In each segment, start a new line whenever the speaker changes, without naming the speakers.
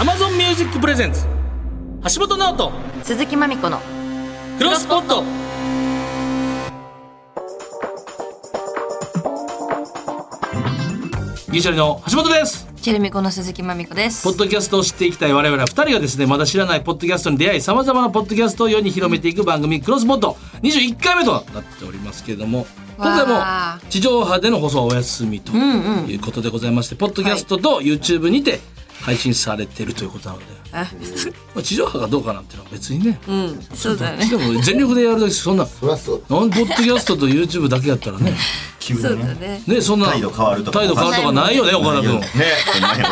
Amazon Music Presents 橋本直人
鈴木まみこの
クロスポット銀シャリの橋本です
チェルミコの鈴木まみこです
ポッドキャストを知っていきたい我々二人がですね、まだ知らないポッドキャストに出会い、様々なポッドキャストを世に広めていく番組、クロスポット21回目となっておりますけれども、今回
わ
も地上波での放送はお休みと
ん
いうことでございまして、ポッドキャストと YouTube にて配信されているということなので、
あ
まあ地上波がどうかなんていうのは別にね、
うんそうだね
でも全力でやるだけそんな、
そりゃそう
なんポッドキャストと YouTube だけやったらね、
急に
そうだ
ね
ね
ね、そんな
態度変わるとか
態度変わるとかないよね、岡田君
ね。ほんまに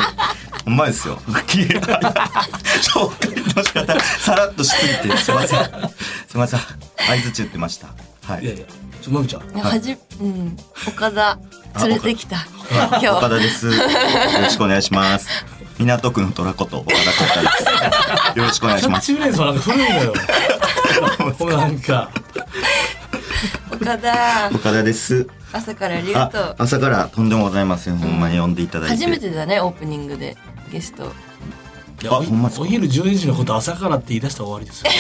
ほんまですよ紹介の仕方さらっとしすぎてすいませんすいません相槌打ってましたはい
いやいや、ちょ、まみちゃん。
はじうん岡田連れてきた今日
岡田ですよろしくお願いします港区の虎こと岡田浩太ですよろしくお願い
キ
し
ャ
ま
ッ
す
チフレーズはなんか古いのよ。もうなんか。
岡田
岡田です
朝からありがと
あ
う
朝からとんでもございませんほんまに呼んでいただいて
初めてだねオープニングでゲスト
いや
あほんまです
お
か
昼12時のこと朝からって言い出したら終わりですよ。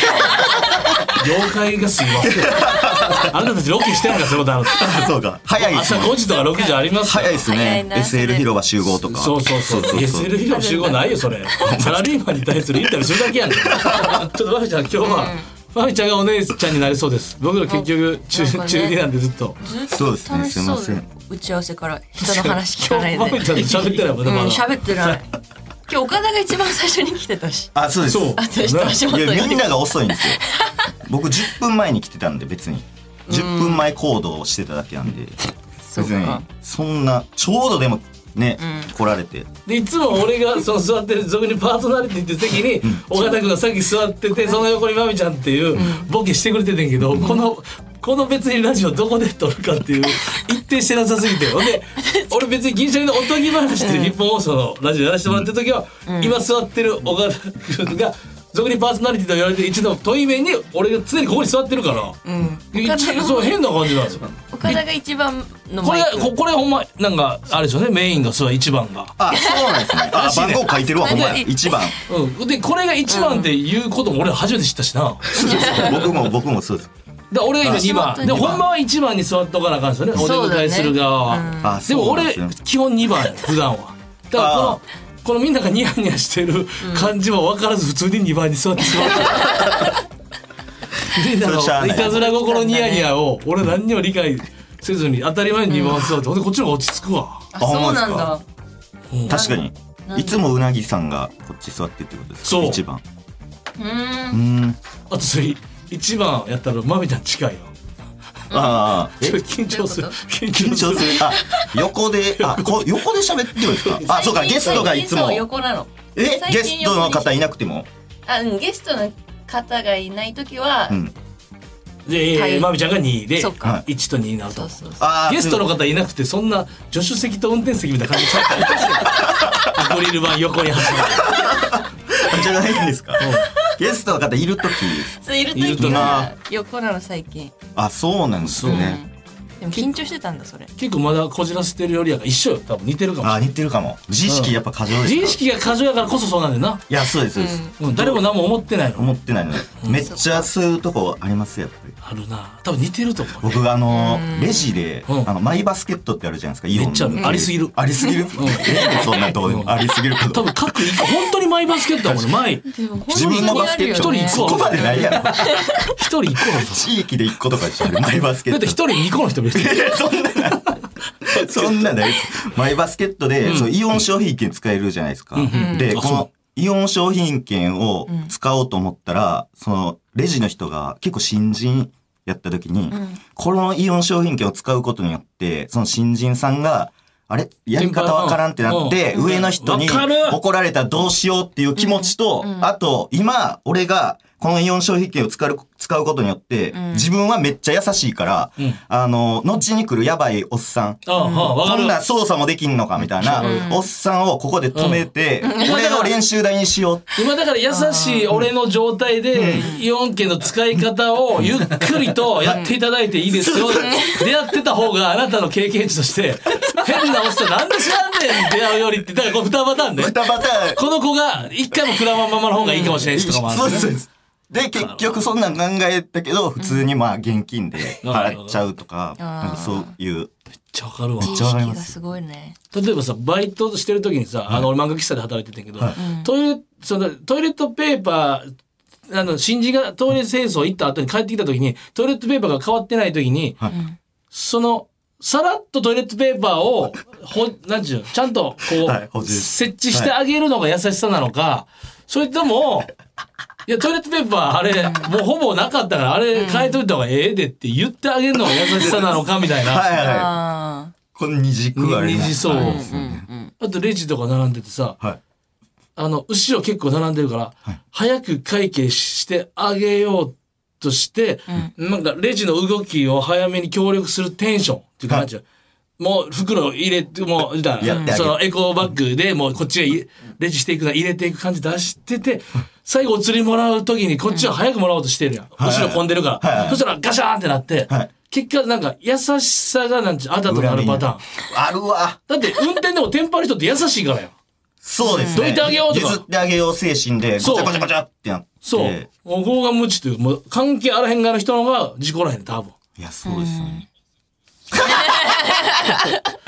業界がすいません。あなたたちロケしてるんか、そういうことある
あそうか早いです
朝
ね
5時とか6時ありますよ
早いです
早い
ね
な
SL 広場集合とか
そうそうそう。SL ヒロ集合ないよ、それ。サラリーマンに対するインタビューするだけやん、ちょっとまみちゃん、今日は、まみちゃんがお姉ちゃんになりそうです。僕ら結局、中、
なんかね
中2なんでずっと。
ずっ
そう
と
ですね
楽しそう
すいま
で打ち合わせから人の話聞か ないで
今日ま
う
みちゃんと喋ってないもんね、ま
ん
だ。
喋ってない今日岡田が一番最初に来てたし
あそうです
そう
私と橋本
いやみん
に
なが遅いんですよ僕10分前に来てたんで別に10分前行動をしてただけなんで別
そう
に
か
そんなちょうどでもね、来られて
でいつも俺がその座ってる俗にパーソナリティっていう席に岡田君がさっき座っててその横にまみちゃんっていうボケしてくれててんけど、この。この別にラジオどこで撮るかって いう一定してなさすぎてほん で俺別に銀シャリのおとぎ話っていう日本放送のラジオやらせてもらってる時は、今座ってる岡田君が俗にパーソナリティと言われて一度遠い目に俺が常にここに座ってるから、一
岡田の
そう変な感じなんですよ
岡田が一番の
こ
マ
れ
イク
ここれほんまなんかあれですよねメインがそう一番が
あそうなんですね あ番号書いてるわほんまや
はい
1番
うん、でこれが一番っていうことも俺初めて知ったしな、
僕も僕もそうです
で俺が今2番
橋本
で
に
ほんまは1番に座っとかなあかんですよねお出
そうだ
迎
ね
えする側は、
あ
でも
そうな
俺
んですね
基本2番や 普段はだからこ
あ
のこのみんながニヤニヤしてる感じも分からず普通に2番に座ってしまうみんな
それしゃ
の
あない
いたずら心ニヤニヤを俺何にも理解せずに当たり前に2番座って、ほんでこっちの方が落ち着くわ
あ
あほん
そ
ま
う
です
な
か
んだ
確かに
なん
いつもうなぎさんがこっち座ってってことですか
そう
1番
うー
うんん
あとそれ1番やったらまみちゃん近いよ
ああえ
ちょっと緊張する
どういう
緊
緊
張する
張するあ横であこ横で喋ってるんですかあそうかゲストがいつも
最近そう横なの
え
最近
ゲストの方いなくても
あうんゲストの方がいない時は、
うん
で、
はい
まみちゃんが2で
そっか
はい
1と2になると
そう
思う
そうそう
あー
ゲストの方いなくてそんな助手席と運転席みたいな感じちゃったアクリル板横に 走る
じゃないんですか。ゲストの方いるとき。
そういる
いる
時
時
は
な
横なの最近、
あ、そうなんですね。
うんでも緊張してたんだそれ
結構まだこじらせてるよりやから一緒よ多分似てるかもし
あ、似てるかも。自意識やっぱ過剰で
れな
す
い
か。
自意識が過剰やからこそそうなんだよな、
いや、そうです、そうです。
うん、誰も何も思ってないの
思ってないので、めっちゃそういうとこありますよやっぱり。
あるな多分似てると思う
僕があのレジで、
うん
あのマイバスケットってあるじゃないですか。イオンの
めっちゃあるありすぎる
ありすぎる。ええねんそんなどうでもありすぎるけ
多
ど。
分各一個 本当にマイバスケットだもんね前一
でも本
自分のバスケット
当にあるよね
そこまでないやろ。
人一個の人
地域で一個とかでしょ。マイバスケ
だ
ッ
って
ト
一。人二個の人もい る
そんなない そんなないですマイバスケットで、そうイオン商品券使えるじゃないですか。で、
あ
こ
そう
のイオン商品券を使おうと思ったら、そのレジの人が結構新人やった時に、このイオン商品券を使うことによって、その新人さんが、あれやり方わからんってなって、上の人に
わかる
怒られたらどうしようっていう気持ちと、あと、今、俺がこのイオン消費券を使う使うことによって、
うん
自分はめっちゃ優しいから、
うん
あの、後に来るやばいおっさん。
ああ、はあ、わか
こ
る
ん。な操作もできんのかみたいな、
うん
おっさんをここで止めて、俺を練習台にしよう。
今だから優しい俺の状態で、イオン券の使い方をゆっくりとやっていただいていいですよ。出会ってた方があなたの経験値として、変なおっさんなんで知らんねん、出会うよりって。だからこれ二パターンね
二。パターン。
この子が一回も食らわんままの方がいいかもしれないしとかもある
そう
ね
ですそうです。で、結局そんなん考えたけど、普通にまあ現金で払っちゃうとか、
うん
なんかそういう。
めっちゃわかるわ。
知
ちゃわかり
識が
ます
すごいね。
例えばさバイトしてる時にさ、あの俺漫画喫茶で働いてたんやけど、
は
トイレそのトイレットペーパーあの新人がトイレ清掃行った後に帰ってきた時にトイレットペーパーが変わってない時に、
はい
そのさらっとトイレットペーパーをほなんちゅうのちゃんとこう、
はい補充
設置してあげるのが優しさなのか、それとも。いやトイレットペーパーあれもうほぼなかったからあれ変えといた方がええでって言ってあげるのが優しさなのかみたいな、
はいは
あ
い。この二軸あり
二
ます
次層
はい
あ。うん
あとレジとか並んでてさ、
はい。
あの、後ろ結構並んでるから、早く会計してあげようとして、なんかレジの動きを早めに協力するテンションっていうか、
は
ないんちゅうもう袋入れて、もう、言うたら
やってあげる
そのエコーバッグでもうこっちへいレジしていくな、入れていく感じ出してて、最後お釣りもらう時にこっちは早くもらおうとしてるやん。
い
後ろ混んでるから。
はい
そしたらガシャーンってなって、
はい
結果なんか優しさがなんちゅうあだとなるパターン。
あるわ。
だって運転でもテンパる人って優しいからよ。
そうですね。
どいてあげようとか
譲ってあげよう精神で、ごち
そう
ゃごちゃごちゃってなって。
そう。おこが無知という、もう関係あらへん側の人の方が事故らへん、多分。
いや、そうですね。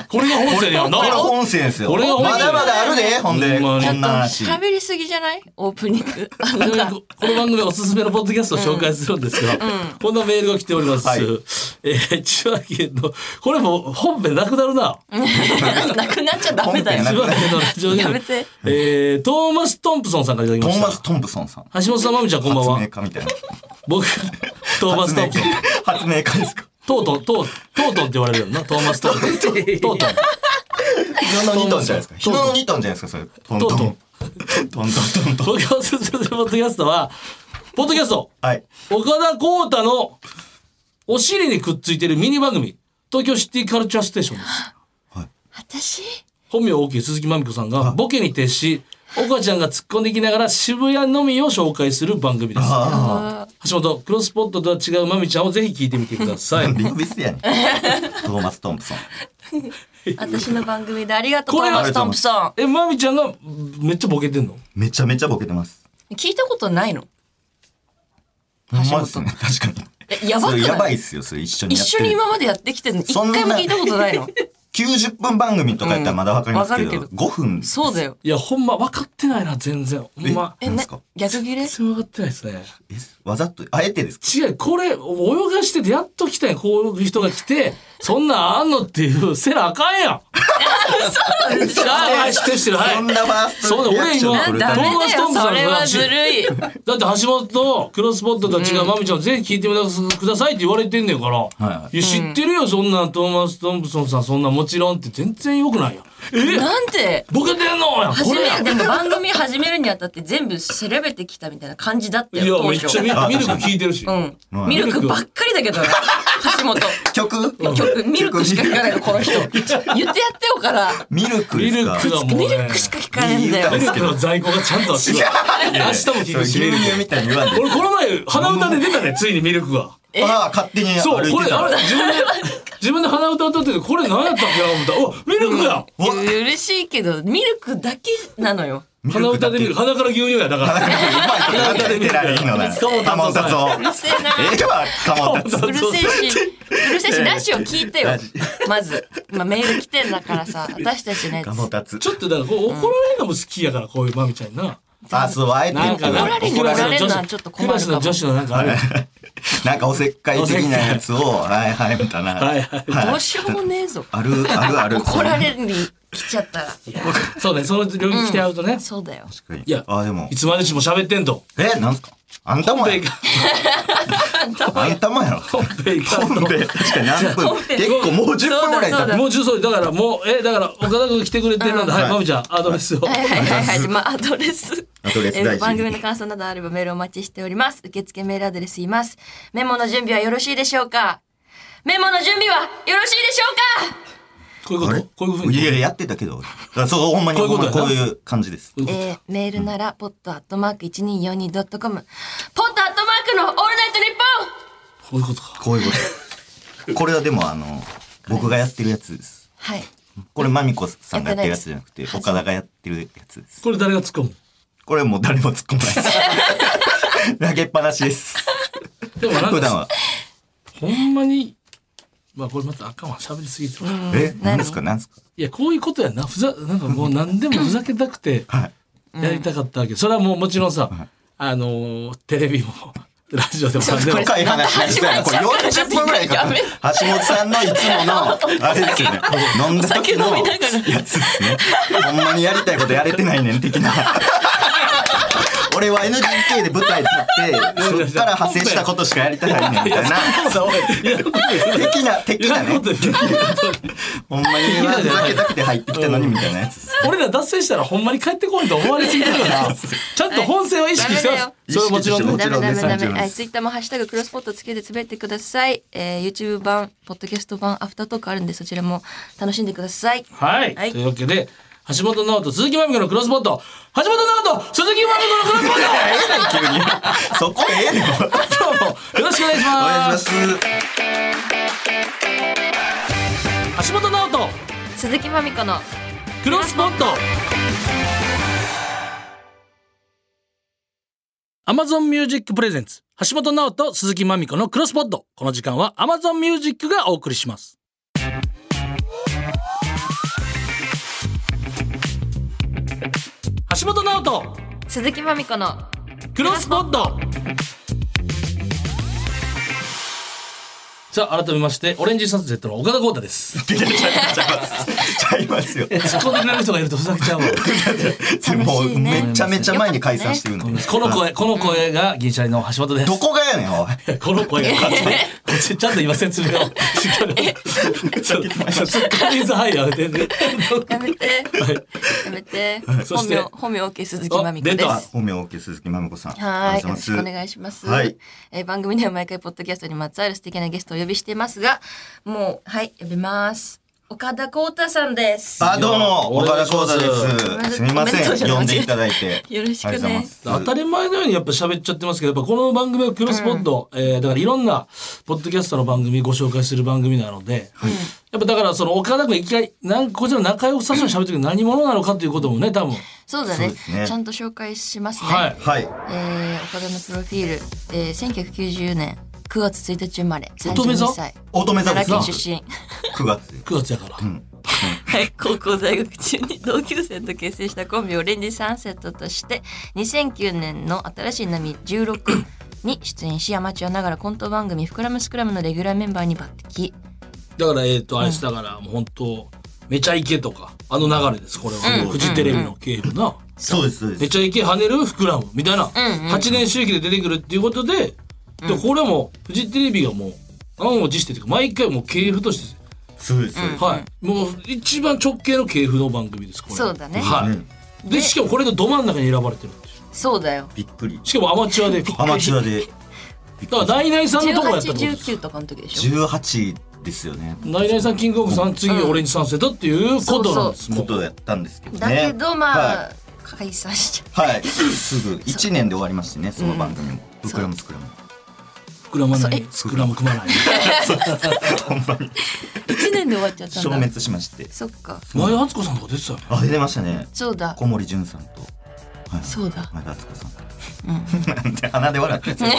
これが本性だよな。
これ本性ですよ。
これが本性
まだまだあるで、ほんで、
ほんまに
こんな話。
喋りすぎじゃないオープニ ング。
ちなみ にこの番組おすすめのポッドキャストを紹介するんですが、こんなメールが来ております。
はい
えー千葉県の、これもう本編なくなるな。
なくなっちゃダメだよ
本編な
千
く。
葉県のラジオネー
や
ム
めて。
えートーマス・トンプソンさんからいただき
ト
ま
ー
し
マス・
た。
トンプソンさん。
橋本さん、まみちゃん、こんばん
発明
は。
家みたいな。
僕、トーマス・
発
トン
明
プソ
家
ン。。
発明家ですか
トートン、トー、トートンって言われるよな。トーマス・トンプソン。トートン。
日野のニトンじゃないです
トント
か。日
ン
野のニトンじゃないですか、それ。トントン。
トント
ト
ン
ントントントン。
僕がおすすめのポッドキャストは、ポッドキャスト。
はい。
岡田光太のお尻にくっついてるミニ番組、東京シティカルチャーステーションです。
私
本名 OK 鈴木まみこさんがボケに徹し、岡ちゃんが突っ込んでいきながら渋谷のみを紹介する番組です。
あ
橋本、クロスポットとは違うまみちゃんをぜひ聞いてみてくださ
あ。
い。
リ ンビス やねん。トーマス・トンプソン。
私の番組でありがとう、ト
これ
ー
は
マス・トンプソ
え、まみちゃんがめっちゃボケてんの
めちゃめちゃボケてます。
ン。聞いたことないの
ほんまですね。確かに。
えやば
そ
く
れやば
ないい
っすよ、それ一緒に
一
やっ
緒
てる。
に今までやってきてるの一
そんな
回も聞いたこと ないの
90分番組とかやったらまだわかりますけ
うんわ
ど、
かるけ
5分。
そうだよ。
いや、ほんま分かってないな、全然。ほんま。
え、
なん
な
すか、
逆切
全
れ
然分かってないですね。
えわざと、あえてですか
違う、これ、泳がしててやっと来たんや。こういう人が来て、そんなんあんのっていう、せなあかんやん。そうはいはい、知ってる知ってる。は
そん
い。
なバーストリアクションを取るた
ダ
めに
メだよ、それはずる い。
だって橋本とクロスポットと違うまみちゃん、ぜひ聞いてくださいって言われてんねんから。
いはい
や、知ってるよ、そんなん、トーマス・トンプソンさん、そんなんもちろんって全然よくないやん。え
なんて
ボケてんのやん、
初
これや
め
ん。
でも番組始めるにあたって全部調べてきたみたいな感じだった
い
よ
や、
当
めっ
初
ちゃミルミルク聞いてるし。
うんミルクばっかりだけどね橋本
曲
曲ミルクしか聞かないのこの人言ってやってよから
ミルクで
ミ
す
ルク
か
がもう、ね。
ミルクしか聞かないんだ
いい
ミ
よ
歌
ルクの在庫がちゃんとあって。明日も聞
それ
く
牛
し、ミルク。
乳みたいに言わんで。
俺この前鼻歌で出たねついにミルクが
ああ、勝手に
そ
歩
う
い
こ
て
れあ
た
れ。自分で自分で鼻歌歌っててこれ何やったっけな思ったらおミルクや
いや嬉しいけどミルクだけなのよ
ミ
鼻
ルク
歌
だけ
で見る鼻から牛乳やだから
うまいこと言ってないのな。カモンタツオ。
うるせえな
ええわ、カモンタツ
うるせえし うるせえしラジオ聞いてよまず、まあ、メール来てんだから さ私たちのやつ
カモンタツ
ちょっとだからこう怒られるのも好きやからこういうまみちゃんな
あ、そう、あえて
なんか
こう
な
怒られる
クラスの
怒られるの
女
は
子
ちょっと困
ク
るか
ラ
も
スの女子のなんかある
なんかおせっかい的なやつを、はいはい、みたいな。
はいはい
どうしようもねえぞ
ある、あるある。
怒られるに来ちゃったら
そうねその領域来てやるとね
そうだよ
確かに。
いや
あ、でも
い。つまでしも喋ってんと
え、なんすかあんたも
本編
や。
が
あんたもやろ。
本編が
本編、確かに何分。結構もう10分ぐらい経
そう
っ
だ
もう重曹だからもうえだから岡田君来てくれてるんではいまみちゃんアドレスを
はいはいはいはい、まあ、アドレス
アドレ
え
ス大
ー
事
番組の感想などあればメールお待ちしております。受付メールアドレス言います。メモの準備はよろしいでしょうかメモの準備はよろしいでしょうか
こういうこ
あ
と
れ
こういうふうに
いやいや、やってたけど。だからそう、ほんまに、
こういう
ほ
こ
ん
と
まに
や
こ
な
ういう感じです。
えーメールなら、ポットアットマーク 1242.com。ポットアットマークのオールナイトニ
こ
ッポン
ういうことか
こういうこと。これはでも、あの、僕がやってるやつです。
はい。
これ、まみこさんがやってるやつじゃなくて、岡田がやってるやつです。
これ誰が突っ込む
これもう誰も突っ込まないです。投げっぱなしです。
でもなん
普段
か
は。
ほんまにまあこれまたあかんわ喋りすぎてる
え、
何
何ですか何ですか
いやこういうことやなふざなんかもう何でもふざけたくて
はい。
やりたかったわけそれはもうもちろんさあのーテレビも ラジオでも何でも
深い話でしたよね。これ40分ぐらいか
や
な。
め
橋本さんのいつもの、あれですよね。飲ん
お
だ時の
酒飲みながら
やつですね。ほんまにやりたいことやれてないねん、的な。俺は NGK で舞台立って、そっから派生したことしかやりたないねん、みたいな。
そういやそう
的な、的なね
いらんこと。言う
ほんまに今ふざけたくて入ってきたのに、みたいなやつ。
俺ら脱線したらほんまに帰ってこいと思われすぎてるからちゃんと本線を意識してますそれはもちろん
も
ね
ち
ダ
ろ
メ
ん
ダメ
です
ダ
もちろん
メ。
です
はい、ツイッターもハッシュタグクロスポットつけてつぶやいてください。えー、YouTube 版、ポッドキャスト版、アフタートークあるんでそちらも楽しんでください。
はい、
はい
というわけで橋本直人鈴木まみこのクロスポット橋本直人鈴木まみこのクロスポッ
ええねん、急に。そこええねん。
ト今日もよろしくお願いし
お願い
ま
し
す
ます。
橋本直人
鈴木まみこの
クロスポット Amazon Music Presents 橋本直人鈴木まみこのクロスポットこの時間は Amazon Music がお送りします橋本直人
鈴木まみこの
クロスポットさあ改めましてオレンジサンセットの岡田浩太です
いやちゃいますちゃいますちゃいます
突
よ。
っ込んでくれる人がいるとふざけちゃうわ
寂
も
し
う
いね
めちゃめちゃ前に解散してる の。
この声この声が銀シャリの橋本です
どこがやねん、おい。
この声がこっちちゃんと今説明をしっかりちょっとちょっとカリーズハイヤーで ね
やめ て
はい
やめて
そ
本
して
名本名 OK 鈴木まみこで
お出た
す
本名 OK 鈴木まみこさん。
はい、
お
よろしくお願いします。
はい
えー番組では毎回ポッドキャストにまつわる素敵なゲストをお呼びしていますが、もうはい呼びます。岡田光太さんです。
あ、どうも、岡田浩太です。すみま
おめでとう
せ
じゃ
ん、
ない
呼んでいただいて。
よろしくね
ありがとうございます
当たり前のようにやっぱ喋っちゃってますけどやっぱこの番組はクロスポット、えーだからいろんなポッドキャストの番組ご紹介する番組なので、やっぱだからその岡田君一回なんこちらの中岡さんと喋ってるけど何者なのかということもね多分
そうだ
そう
ね
ですね
ちゃんと紹介しますね。
はい
はい。
えー岡田のプロフィール、えー、1990年9月1日生まれ、
乙女座
32歳、
乙女座で
奈
す
良
な。
県出身。
9月。
9月やから、
はい、高校在学中に同級生と結成したコンビオレンジサンセットとして2009年の新しい波16に出演しアマチュアながらコント番組「膨らむスクラム」のレギュラーメンバーに抜擢
だからえっ、とあれですだからもう本当めちゃイケとかあの流れですこれは、フジテレビの経由な、
そうです、そう
め
で
っ
す。
ちゃイケ跳ねる膨らむみたいな、8年周期で出てくるっていうことで,、でこれはもうフジテレビがもう案を持してというか毎回もう系譜として、
そうです、そうです。
はいもう一番直系の系譜の番組ですこれ
そうだね
はい、
うん
でしかもこれのど真ん中に選ばれてるんですよ
そうだよ
びっくり。
しかもアマチュアでだ
ア
か
マチュアで。
らナイナイさんのとこやったってことです
1819とかの時でしょ
18ですよね。
ナイナイさんキングオブさん次オレンジサンセットっていうことなんです
こ
もん
とをやったんですけどね。
だけどまあ、
はい
解散しちゃ
はい。すぐ、1年で終わりましてね、その番組も。膨らむ、膨らむ。
膨らまな
そ
い膨らむ組まない
う1年で終わっちゃったんだ
消滅しまして。
そっか
前敦子さんとか出てたよ ね
あ、出てましたね。
そうだ
小森純さんと。はい
そうだ
前田敦子さん。 なんで鼻で笑ってんすか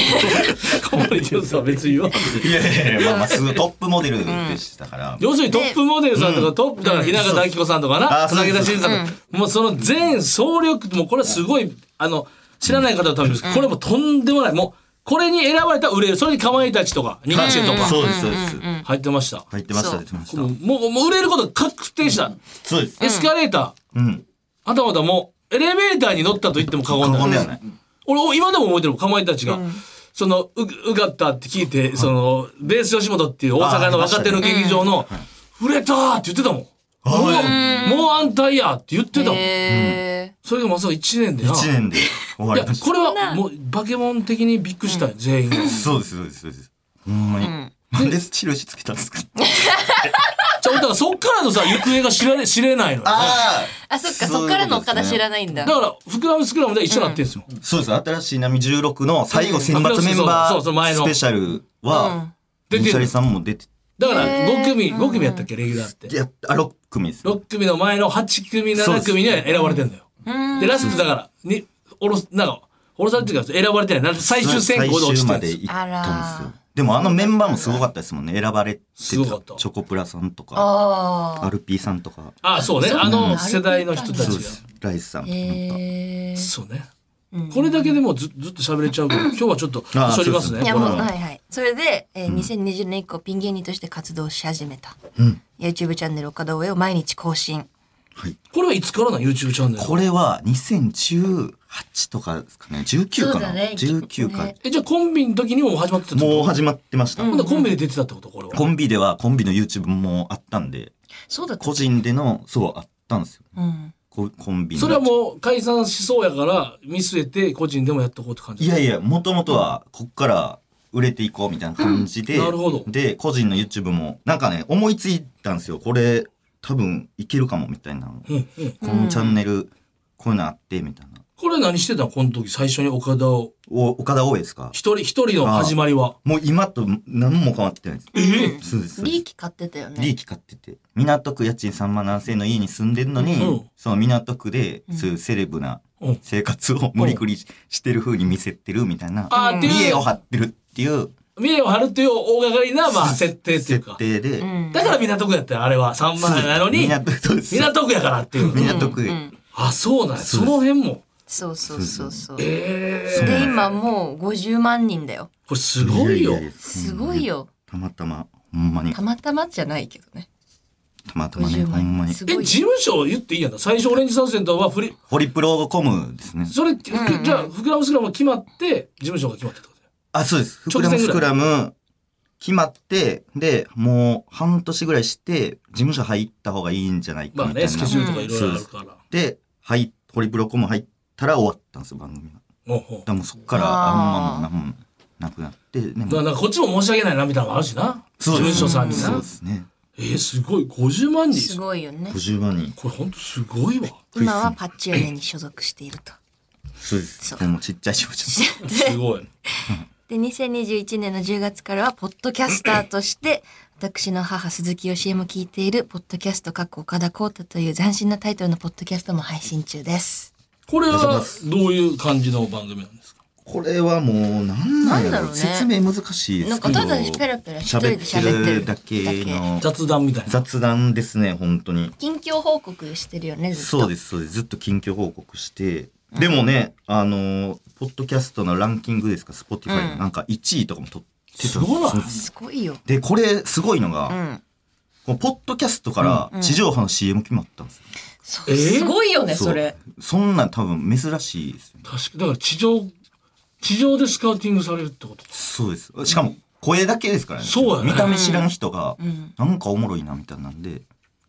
小森純さんは別に言わんで
いやいやいや、まあまあ、すぐトップモデルでしたから。
要するにトップモデルさんとか、トップだから雛形あきこさんとかな
あ
佐
そう
々
で
木
す
田真二さんとか、もうその全総力もうこれはすごいあの知らない方のためですけど、これもうとんでもないもうこれに選ばれた売れるそれにかまいたちとか二期生とか
そうです、そうです。入
入ってました、
ってまし
そ
た、
う
出てまし
もう
た。
もうもう売れること確定した、
そうです。
エスカレーター
うん。
はたまたもうエレベーターに乗ったと言っても過言で
過
は
言
な
で
い
はない。
俺お今でも覚えてるもんかまいたちが、そのううがったって聞いてそのベース吉本っていう大阪の若手の劇場の「売れた!」って言ってたもん
おい
もうもう安泰やって言ってたもん。
へ
それがまさか1年でな。
一年で終わ
い
り
や
まし
これ
そんな
はもうバケモン的にびっくりしたよ、全員が。
た。そうです、そうです、そうです。ほんま
ー
に
う。ん
なんで印つけたんですか
ちょだからそっからのさ行方が知られ知れないのよ、ね。
あ
あ、そっか、そっからの岡田知らないんだ
だ。から膨らむスクラムで一緒になってんですよ。
あそうです。新しい波16の最後選抜メン
そう
バ
そうそう前
ー
の
スペシャルは、
出
銀
て
シャリ
る。
さんも出て、
だから
へー
5組5組やったっけレギュラーって
い。や、あ、6組です。
6組の前の8組7組には選ばれてんだよ。
うん。
でラストだからにおろすなんかおろされてるから選ばれてないなんか最終選考で落
最
ちて
終
る
ま
んで
です
よ
行ったんです
あら
よ。でもあのメンバーもすごかったですもんね。選ばれてた。チ
すごかった
ョコプラさんとか、
ああ。
RP さんとか、
ああそうねあ
う
の
ん
世代の人たちが
そうです。ライスさんとかなんか。
へえ。
そうね
うん
これだけでもずずっと喋れちゃうけど今日はちょっと処りますね
いや
これ
もう
は
はいはいそれで、えー2020年以降ピン芸人として活動し始めた、YouTube チャンネル岡田上を毎日更新
これはいつからなん YouTube チャンネル
これは2018とかですかね19
そ
か
うだ
な、
ね
19か、
ね
えじゃあコンビの時にもう始まってたってこと
もう始まってました、
ほんならコンビで出てたってことこれは
コンビではコンビの YouTube もあったんで
そうだった
個人でのそうあったんですよ
うん
ココンビの
それはもう解散しそうやから見据えて個人でもやっとこうって感じ
いやいやもともとはこっから売れていこうみたいな感じで、
うんなるほど
で個人の YouTube もなんかね思いついたんですよこれ多分いけるかもみたいなの、
うんうん、
このチャンネルこういうのあってみたいな
これ何してたのこの時最初に岡田を
お岡田大江ですか
一人一人の始まりは
もう今と何も変わってないです
え
そうですそうです
利益買ってたよ
利
ね
益買ってて港区家賃3万7,000円の家に住んでるのに、
うん
その港区で
うん
そういうセレブな
うん
生活を無理くりししてる風に見せてるみたいな
あーってい
家
う
を張ってるっていう
見栄を張るという大掛かりな、まあ、設定っていう
設
か。
定で、
うん
だから港区やったよ、あれは。3万円なのに、
港そうです
港区やからっていう。
港区へ
うん
あ、そうなんや。
そう
そ
です
の辺も。
そうそうそうそうで
え
そうなんです
今もう50万人だよ
ー、これすごいよ
や。やや
すごいよ
たまたまほんまに
た
た
またまじゃないけどね
またまね
50
ほんま
万
に
人す
え、
ごいよ
事務所言っていいやんな。最初、オレンジサンセントはフリ、
ホリプロコムですね
それ、ふ
うんうん
じゃあ、膨らむスクラムが決まって、事務所が決まったってことだよ
あそうです
直
膨ら
前
む
ぐ
ス
らい
クラム決まってでもう半年ぐらいして事務所入った方がいいんじゃないか
まあ
みた
ね、
いな、
スケジュールとかいろいろあるから。
で、はい、ホリプロコム入ったら終わったんですよ、番組が。だか
ほうほ
らもうそっから
あー
あんまもう何もなくなって、ね、
う。だから、こっちも申し訳ないな、みたいなのもあるしな。事
そうで
務
す
所さんに
そう
な
で。すね。
えー、すごい。50万人です
す
よ。
ごいよね
50万人。
これほんとすごいわ。
今はパッチエネに所属していると
そうです。
そう
でもちっちゃい事務所。
すごい。
で2021年の10月からはポッドキャスターとして私の母鈴木よしえも聞いている「ポッドキャスト」かっこ岡田浩太という斬新なタイトルのポッドキャストも配信中です。
これ
お願いし
は
ま、す
どういう感じの番組なんですか
これはもう、なんなん
なんだ
だ
ろ
ろ
うね
う。説明難しいで
なん
す
か
けど。
ただペラペラ一人で喋ってる
だけの
雑談みたいな。
雑談ですね、本当に。
近況報告してるよねずっと
そうです、そうです。ずっと近況報告して。でもね、あのー、ポッドキャストのランキングですか、Spotify
う
で
ん
なんか1位とかも取って
す
たんです
ご
よ
ない
すごいよ。
で、これすごいのが、
うん、
このポッドキャストから地上波の CM 決まったんですよ。
そ
えー
すごいよね
う
それ。。
そんなん多分珍しいですね。
確かだから地上、地上でスカウティングされるってこと
そうです。しかも声だけですからね。
そうやね
見た目知らん人が
うん、
なんかおもろいなみたいなんで、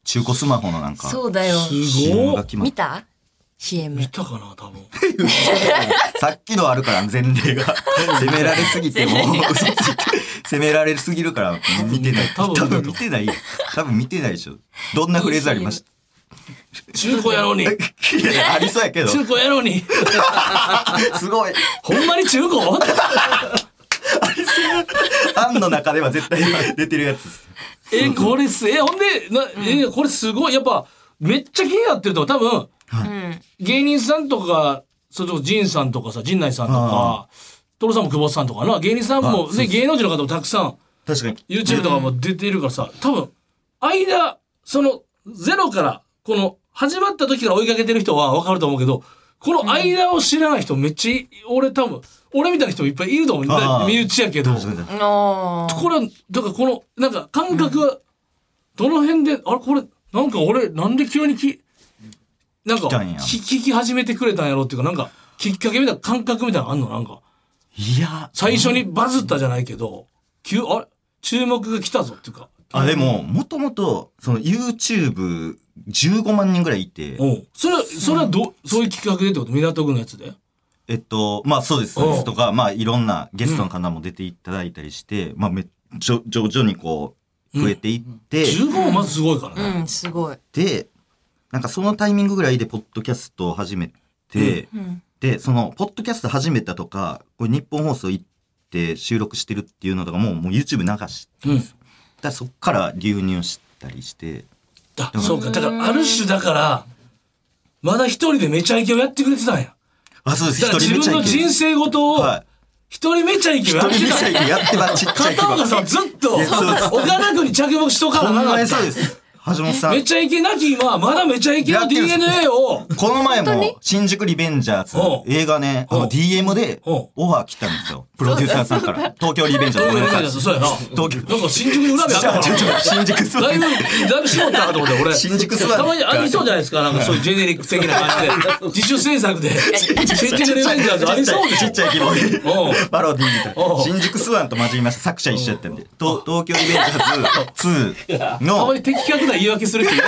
中古スマホのなんか
そうだよ。
す
CM
ご
が
い
決まっ
見
た。
た ?CM
見。たかな多分。
さっきのあるから前例 が責められすぎてもう嘘ついて責められすぎるから見てない。
多
多
分見た
分見てない。多分見てないでしょ。どんなフレーズありました
中古野郎 に。
いやありそうやけど、
中古野郎に。
すごい。
ほんまに中古
案の中では絶対出てるやつです。
え、これす、え、ほんで、なえ、これすごい。やっぱ、めっちゃ気になってると思う。多分、
うん。芸
芸人さんとか、それこそ陣さんとかさ、陣内さんとか、トロさんも久保さんとかな、芸人さん
あ
も
そ、うそ
で、
う
芸能人の方もたくさん、
確かに。
YouTube とかも出てるからさ、多分、間、その、ゼロから、この、始まった時から追いかけてる人はわかると思うけど、この間を知らない人めっちゃ、俺多分、俺みたいな人もいっぱいいると思う。
あー
身内やけど。
確かに
の
これは、だからこの、なんか感覚は、どの辺で、あれこれ、なんか俺、なんで急にき、なんか、
来たんや
聞聞き始めてくれたんやろっていうか、なんか、きっかけみたいな感覚みたいなのあんのなんか、
いや、
最初にバズったじゃないけど、急、あれ注目が来たぞっていうか。
あ、でも、もともと、その YouTube 15万人ぐらいいて、
おうそれは、それはど、そういう企画でってこと港区のやつで。
えっと、まあそうです、そうで
お
す
う
とか、まあいろんなゲストの方も出ていただいたりして、まあめ徐徐々にこう、増えていって、
15もまずすごいからね。
うん、すごい。
で、なんかそのタイミングぐらいでポッドキャストを始めて、
うん。
で、その、ポッドキャスト始めたとか、これ日本放送行って収録してるっていうのとかも、もう YouTube 流して、
うん。
だからそっから流入したりして、
だ
う、ん
そうか。だから、ある種だから、まだ一人でめちゃイケをやってくれてたんや。
あ、そうです、
だから
一
自
人めち
分の
ゃいけ
人生ごとを、
はい。
一人めちゃイケを
一
や
人
っ
め
て
ち
た
ゃ
ん
い
や。
けやってばちっちゃいけ
片岡さんずっと、
いやそうです
岡田君に着目しとか
ほん
な
ま
かっ
に
た
そう。です。橋本さん
め。ちゃイケなき今、まだめちゃイケの
やってるんです
DNA を、
この前
本当に
も、新宿リベンジャーズ
おう、
映画ね、あ
おう
の DM で
おう
オファー来たん ですよ。プロデューサーさんから。東京リベンジャーズ、ごめんなさい。
そうやな。
東京。
なんか新宿に恨みあったから。
ちょちょちょ新宿座
だい
り
ぶ、だいぶ絞ったかと思ったよ俺。
新宿座り
たまにありそうじゃないですか。なんかそういうジェネリック的な感 じで。自主制作で、新宿リベンジャーズありそうでし
ち
ょ
っちゃい規模で
おう。
パロディみたい
おう
な。新宿スワンと混じりました。作者一緒やったんで。と東京リベンジャーズ 2
たま
の、
に的確な言い訳する人いない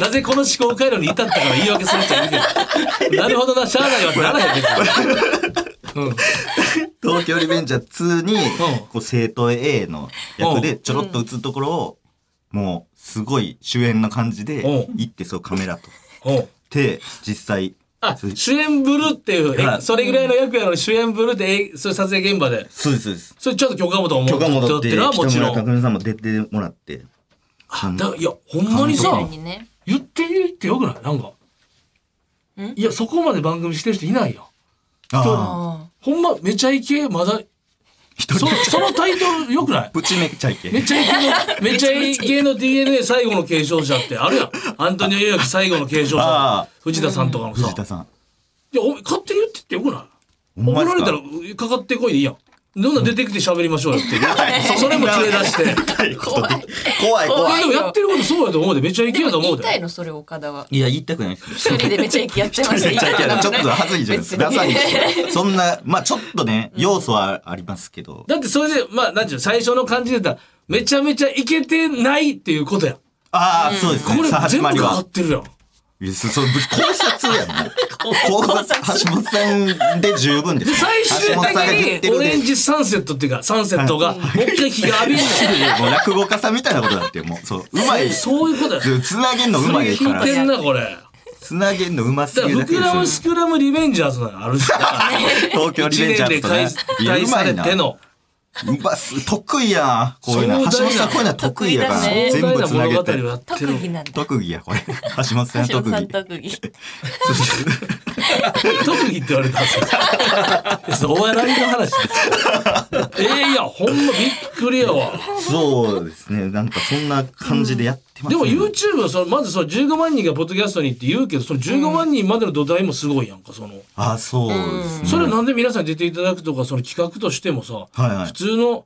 なぜこの思考回路に至ったから言い訳する人いるけど。なるほどな、しゃあないわってならへん別に。うん。
東京リベンジャー2に
ん、
こう生徒 A の役
う
でちょろっと映るところを、もう、すごい主演な感じで
う、
行ってそうカメラと。
おう
で、実際、
あ、主演ブルーっていう、
は
え
い
それぐらいの役やのに主演ブルーって、えそういう撮影現場で。
そうです、そうです。
それちょっと許可もと思
許可も
う
取
っ
ってて、
のはもち
北
ろ
村
ん。
匠海さんも出てもらって。あ
だいや、ほんまに
確
さ
か、にね。
言っていいってよくないなんか。
ん
いや、そこまで番組してる人いないよ。
ああ
あ
ほんま、めちゃイケ、まだ、
一人
そそのタイトルよくない
プチめっちゃいけ。
めちゃ イケの、めちゃイケの DNA 最後の継承者ってあるやん。アントニオ猪木最後の継承
あ
者
あ。
藤田さんとかのさ
藤。田さん。
いや、お前勝手に言ってってよくない
ほんま
怒
で
られ
すか
たら、かかってこいでいいやん。どんなん出てきて喋りましょうよ って。それも連れ出して。
怖い。怖い、怖
いや
い。
でもやってることそうやと思うで、めちゃイ
あ。
ケ
で
やと
も
思
言
う
いたい
で。
のそれ岡田は。
いや、言いたくないです。
一人でめちゃイケやってま
め
す。
ちゃいけやでちょっと恥ずいじゃないです
別
か。
に
ダサいし。そんな、まあちょっとね、要素はありますけど。
だってそれで、まあ、なんちゅうの、最初の感じで言ったら、めちゃめちゃイケてないっていうことやん。
ああ、そうです
こ
ね。
れ
さあ、
全
始
部
ま
か
り
か
は
っ。てるやん。
いやそそう、考察やん。考察、橋本さんで十分です。
最終
橋本さんが言っ
的
て
に
る
オレ
で
ンジサンセットっていうか、サンセットが、もう一回日が浴びる
もう落語家さんみたいなことだって、もう。そう、うまい。
そういうことや。
つなげんのうま
それ
いか
聞い
ら。
てんな、これ。
つなげんのうます
だか
ぎ
ら、
るだ
膨
け
らむ、
です
スクラム、リベンジャーズなのあるん だから。
東京リ
1
ベンジャ
年
ー
で
ズとね
解体されての。
うます得意やなこういうの
壮大な
橋本さんこういうのは得意やから
壮大
壮
全
大
部
な
つな
物
げ
語を
て
やって
特
る。
技なんだ。
特技やこれ橋本さん
橋本
特
さ
技
ん特技。
特技って言われたんですよいや。そうお笑いの話です よ。えー、いや、ほんまびっくりやわ。
そうですねなんかそんな感じでやってます
で
ね
も YouTube はそのまずその15万人がポッドキャストにって言うけどその15万人までの土台もすごいやんかその、
あそうですね
それなんで皆さんに出ていただくとかその企画としてもさ、
はいはい
普通の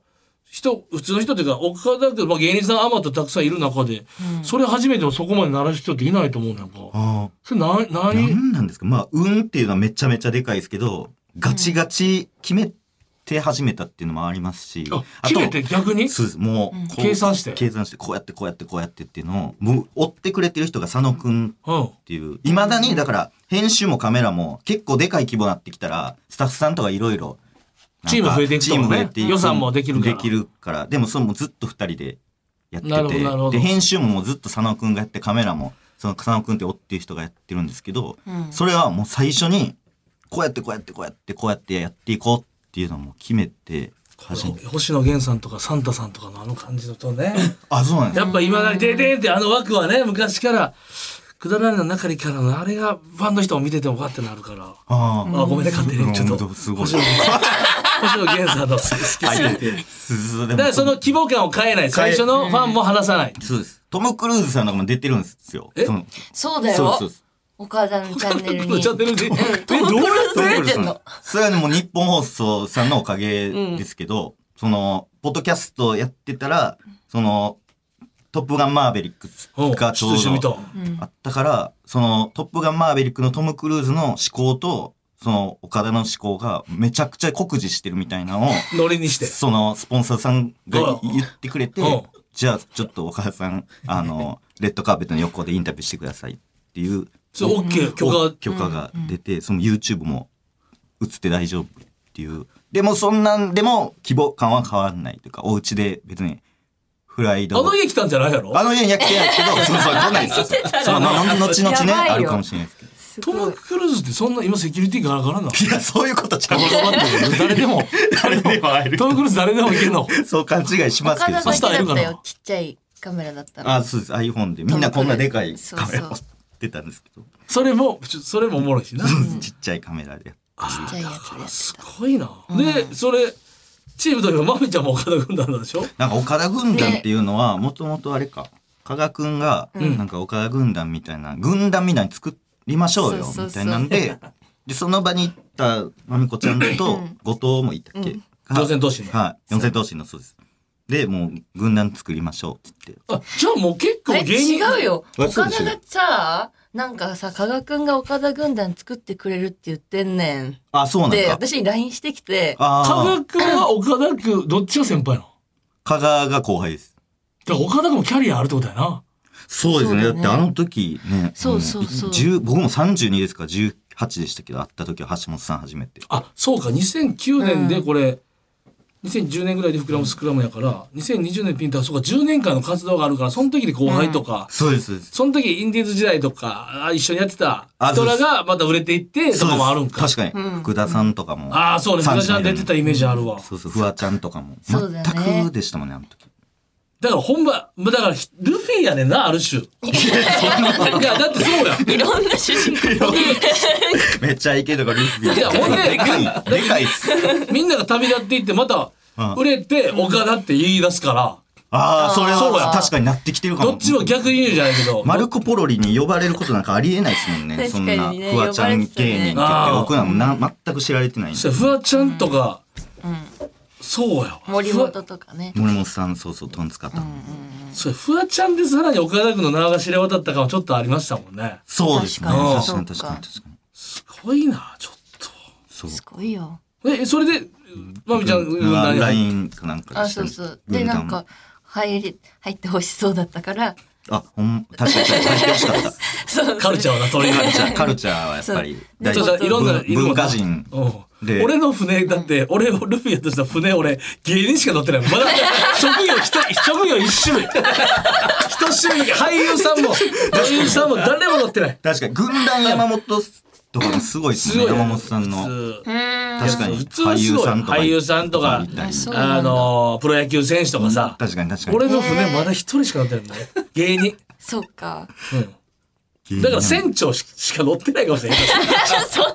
人普通の人っていうか岡田君、まあ、芸人さんあまたたくさんいる中で、それ初めてもそこまで鳴らす人っていないと思うねんか
あ
それな
ーな
何
んなんですかまあ運っていうのはめちゃめちゃでかいですけどガチガチ決めて始めたっていうのもありますし
あ決めて逆に
そうですもう、こう
計算して
計算してこうやってこうやってこうやってっていうのをもう追ってくれてる人が佐野くん
うん
っていういまだにだから編集もカメラも結構でかい規模になってきたらスタッフさんとかいろいろ
チーム増えていくと
チー
もね
ム増えていく
予算もできるから
できるからでもそれもずっと2人でやって
なるほどなるほど
てで編集ももうずっと佐野くんがやってカメラもその佐野くんって追っていう人がやってるんですけど、
うん
それはもう最初にこうやってこうやってこうやってこうやってやっていこうっていうのも決めて始めて
星野源さんとかサンタさんとかのあの感じだとね
あそうなんです
やっぱ今だにででんってあの枠はね昔からくだらないの中にからのあれがファンの人を見ててもわってなるから。
あー
あ、ごめんね、勝手に。ちょっと。
うんすごい
星野源星野源さんの好き好き。
入っててそ
だ
うでも
からその規模感を変えない。最初のファンも離さない。
そうです。トム・クルーズさんとかも出てるんですよ。
え
その
そうだ
そう
よ
そう。です。
岡田 のチャンネルに。
チャンネルで。え、どうやっ
トム・ク
出
ルーズ
て
さ
ん
ん
の。。
それはね、もう日本放送さんのおかげですけど、その、ポッドキャストやってたら、その、トップガンマーベリック
て
がちょうど
うん
あったから、その、トップガンマーベリックのトム・クルーズの思考と、その、岡田の思考がめちゃくちゃ酷似してるみたいなのを、
ノリにして。
そのスポンサーさんが
うん
言ってくれて
うん、
じゃあちょっと岡田さん、あの、レッドカーペットの横でインタビューしてくださいっていう
それ OK 許可
許可が出て、その YouTube も映って大丈夫っていう。でもそんなんでも規模感は変わんないというか、お家で別にフライド。
あの家来たんじゃないやろ
あの家には来てないですけ ど、そうそう、来ないですよ。そう、まあ、後々ね、
やばいよ
あるかもしれないですけど。
す
ト
ご
ム・
い
クルーズってそんな今セキュリティガラガラなの
いや、そういうことちゃう。
誰でも
誰でも会える。
トム・クルーズ誰でもいけるの
そう勘違いします
他
けど
の。だ
そしたら
け
いる
だ
か
った
な
よちっちゃいカメラだったの
あ、そうです。iPhone で。みんなこんなでかい
そうそ
カ
う
メラ持ってたんですけど。
それもちょそれもおもろいしな
ちっちゃいカメラで。
ちっちゃいやつでやって
す
た
ごいな、でそれチームといえばまみちゃんも岡田軍団なんでしょ
なんか岡田軍団っていうのは、もともとあれか。加賀くんが、
ん
なんか岡田軍団みたいな、軍団みたいに作りましょうよ
そう、そうそう
みたいなん で、で、その場に行ったまみこちゃんと、後藤もいたっけ
四千頭身の
はい。四千頭身のそうです。で、もう軍団作りましょうって言って。
あじゃあもう結構
あれ
芸人
違うよ
あそ
岡
うで
田
しょ
がさなんかさ加賀くんが岡田軍団作ってくれるって言ってんねん
あ、そうなん
で
だ。
私に LINE してきて
あ
加
あ
賀、君は岡田君どっちが先輩なの
加賀が後輩です。
だから岡田君もキャリアあるってことやな
そうですね。
そ
だ
うだ
っ
ね
てあの時ね、
そうそうそう
あの10僕も32ですから18でしたけど、会った時は橋本さん初めて。
あそうか2009年でこれ、2010年ぐらいで膨らむスクラムやから2020年ピンターそうか10年間の活動があるからその時で後輩とか、
そうです、そうです。
その時インディーズ時代とかあ一緒にやってた
あ
人
そうで
ら
す
がまた売れていってとかもあるんか
そうです確かに、福田さんとかも。
ああそうね
30
昔ちゃん出てたイメージあるわ
そうそう、フワちゃんとかも。
そうだよね
全くでしたもんね、あの時。
だから本場だからひルフィやねんなある 種いやだってそうやん
いろんな主人 公
めっちゃイケとかルフィ。
いやほんで
でかい、でかい っす。
みんなが旅立っていってまた
うん
売れて岡田って言い出すから
ああ、それ
そうや
は確かになってきてるかも。
どっちも逆輸入じゃないけど
マルコ・ポロリに呼ばれることなんかありえないですもんね。
確か
そ
に
ん
ね
な、フワちゃん芸人って言って
呼ばれてたね
僕らもな全く知られてないん
そ
で
したらフワちゃんとか、そうやわ
森
ふわ
本とかね
森本さん、そうそう、トンツカタン。
それフワちゃんでさらに岡田君の名が知れ渡った感はちょっとありましたもんね
そうですね。
確
確
か
か
に
に確かに確かに。
すごいなちょっ
そう。
すごいよ
とえそれでまみちゃん軍団に
ラ
入っ
インかなんか
あ
でした
そうそ
ね
うでなん。か入り入ってほしそうだったから
軍団あ、ほん、確かに確かに入ってほしかった。
そ
た
う
カルチャーはな鳥
カル
が
チャー、カルチャーはやっぱり大
ちょ
事
っといろんな
文文化人。
うん
で
俺の船だって俺をルフィやとした船俺芸人しか乗ってないまだ 職業ひと職業一種類 一種類俳優さんも女優さんも誰も乗ってない
確かに、軍団山本とかもすごいです
す
ね。
ごい
山本さんの。
普通
確かに
普通は
俳
す
優
ごい
さんとか。
俳優さんとか
いたり
そうな
あ
んだ
のプロ野球選手とかさ
確かに確かに。
俺の船まだ一人しか乗ってないんだよ芸人
そうか
だから船長ししか乗ってないかもしれない
そんな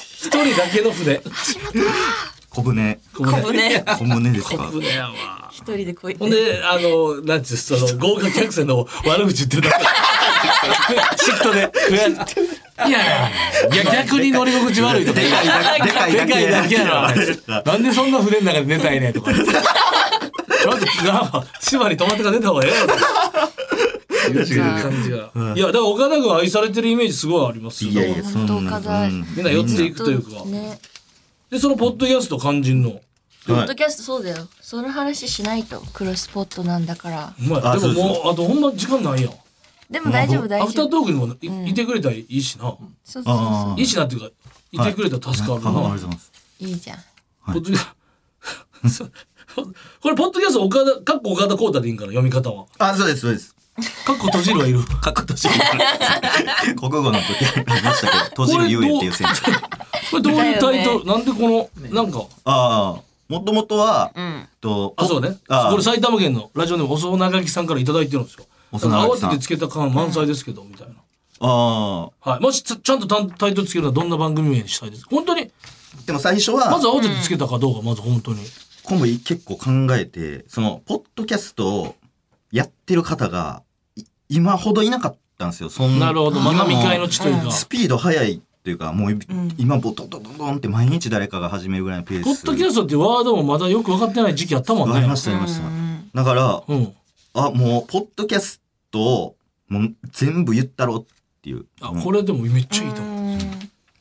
一人だけの船
小舟。
小
小舟
小舟です
小
か。
舟やわ
一人でこうやっ
ほん
て
で、あの、なんちゅう、その、豪華客船の悪口言ってるだけ。 嫉妬で。いやいや、逆に乗り心地悪いとか。
でかいだけ。でかい
で
だけ。
かいだけやろあれ。なんでそんな船の中で寝たいねんとか。ちょっと、なんか、島に泊まってから寝た方がええやろとか。
じゃあ
感じが。いや、だから岡田君愛されてるイメージすごいありますよ。
いやいや、そんな。
本当課題
うん
みんな寄っていくというか。
ね
で、そのポッドキャスト肝心の。
ポ
は
ッ
い
ドキャストそうだよその話しないとクロスポットなんだから
うまい
あ
でもも、
そう
あとほんま時間ないやん。
でも大丈夫大
アフター
丈夫
トークにもいいてくれたらいいしな。
そうそう
あ
そ
あ。
いいしなっていうか、いてくれたら助かるな。
はいあありがとうございます。
ういいじゃん
ポッドキャ これ、ポッドキャスト、岡田、かっこ岡田光太でいいんかな、読み方は。
あ、そうです、そうです。
かっこ閉じるはいる。
過去閉じる。国語の時ありましたけど、閉じる優也っていう選手。
これどういうタイ
だ
ト
よ
ル、なんでこの、なんか、
ああ、もともとは、
うん
と、
あ、そうね。
あ
これ埼玉県のラジオネーム、細長木さんからいただいてるんですよ。
細長木さん
慌ててつけた感満載ですけど、みたいな。
あ
はい。もしちゃちゃんとタンタイトルつけるのはどんな番組名にしたいですか本当に、
あ。でも最初は、
まず慌ててつけたかどうか、まず本当に。
今度結構考えて、その、ポッドキャストをやってる方が、い今ほどいなかったんですよ。そん
なるほど。また
今も
未開の地というか。
スピード速いというか、もうい、
ん
今、ボトンドンドンドンって毎日誰かが始めるぐらいのペース。
ポッドキャストっていうワードもまだよく分かってない時期あったもん
わかり
ね
ま。した、わかりました
う。ん
だから、
うん。
あ、もう、ポッドキャストを、もう、全部言ったろうっていう。
あ、
もう
これでもめっちゃいいと思